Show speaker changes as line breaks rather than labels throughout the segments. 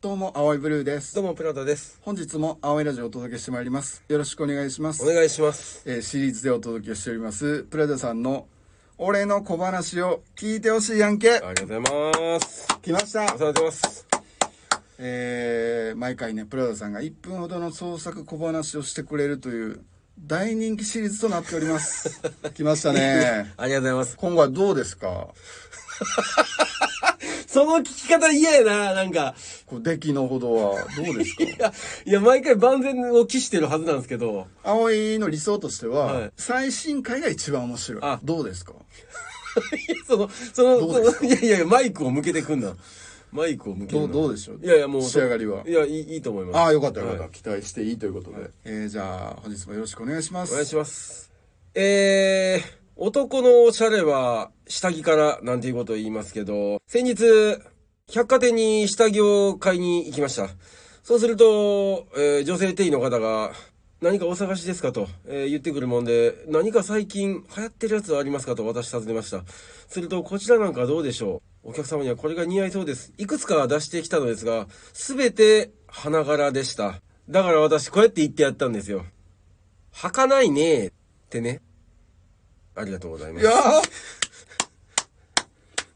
どうも、青いブルーです。
どうも、プラダです。
本日も青いラジオをお届けしてまいります。よろしくお願いしま
お
す。
願いします。
えーシリーズでお届けしております、プラダさんの、俺の小話を聞いてほしいやんけ
ありがとうございます。
来ました
お世話になってます。
えー毎回ね、プラダさんが1分ほどの創作小話をしてくれるという、大人気シリーズとなっており ます。来ましたね。
ありがとうございます。
今後はどうですか
その聞き方嫌やな、なんか。
こう出来のほどはどう ですか
いや、いや、毎回万全を期してるはずなんですけど。
葵の理想としては、
はい
最新回が一番面白い
あ
どうですか
いやその、その、
どうですか
そのいやいやいや、マイクを向けてくんな。マイクを向け
ど
る
うどうでしょう
いやいや、もう。
仕上がりはい
や、いい、いいと思います。
ああよかったよかった、
はい
期待していいということで、えーじゃあ本日もよろしくお願いします
お願いします。えー、男のおしゃれは下着からなんていうことを言いますけど、先日、百貨店に下着を買いに行きました。そうすると、えー女性店員の方が、何かお探しですかと、えー言ってくるもんで、何か最近流行ってるやつはありますかと私尋ねました。すると、こちらなんかどうでしょうお客様にはこれが似合いそうです。いくつか出してきたのですが、すべて花柄でした。だから私、こうやって言ってやったんですよ。履かないねーってね。ありがとうございま
い
す
や。ー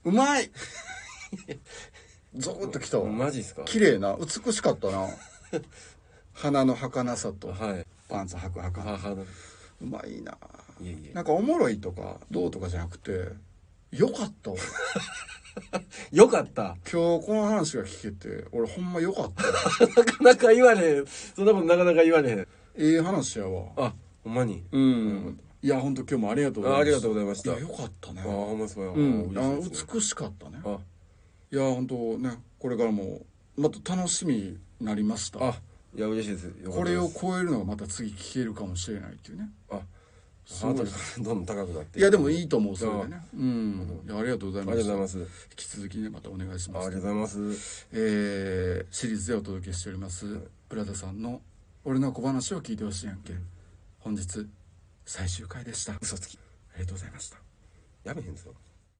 うま いゾクッときたわ
マジっすか
綺麗な美しかったな花の儚さと
はい。
パンツ履く
あ
儚
はの。
うまいない
えい
なんかおもろいとかどうとかじゃなくてよかったわ
え。よかった。
今日この話が聞けて俺ほんまよかったわ
なかなか言われへん。そんなことなかなか言われへん。
ええ話やわ
あ、ほんまに。
うんいや本当今日もありがとうございます
あありがとうございました。
い
あ
やよかったね
あ、ほんまそうや。
うん、
あ
あ
嬉しいですね
美しかったね
あ、
いや本当ねこれからもまた楽しみになりました
あ、いや、嬉しいです。よかったです
これを。超えるのがまた次聞けるかもしれないっていうね
あ、
す
ハ
ご
ー
い
トがどんどん高くなって。
いやでも
あ
いいと思うそれでねうんいやありがとうござい
り
ま
がとうご
す
ざい
引
ます。
き続きねまたお願いし
ああ
ま
り
す
がとうございます。
えーシリーズでお届けしておりますプラダさんの「俺の小話を聞いてほしいやんけ」本日最終回でしたあ
嘘つき。
りがとうございました
やめへんぞ。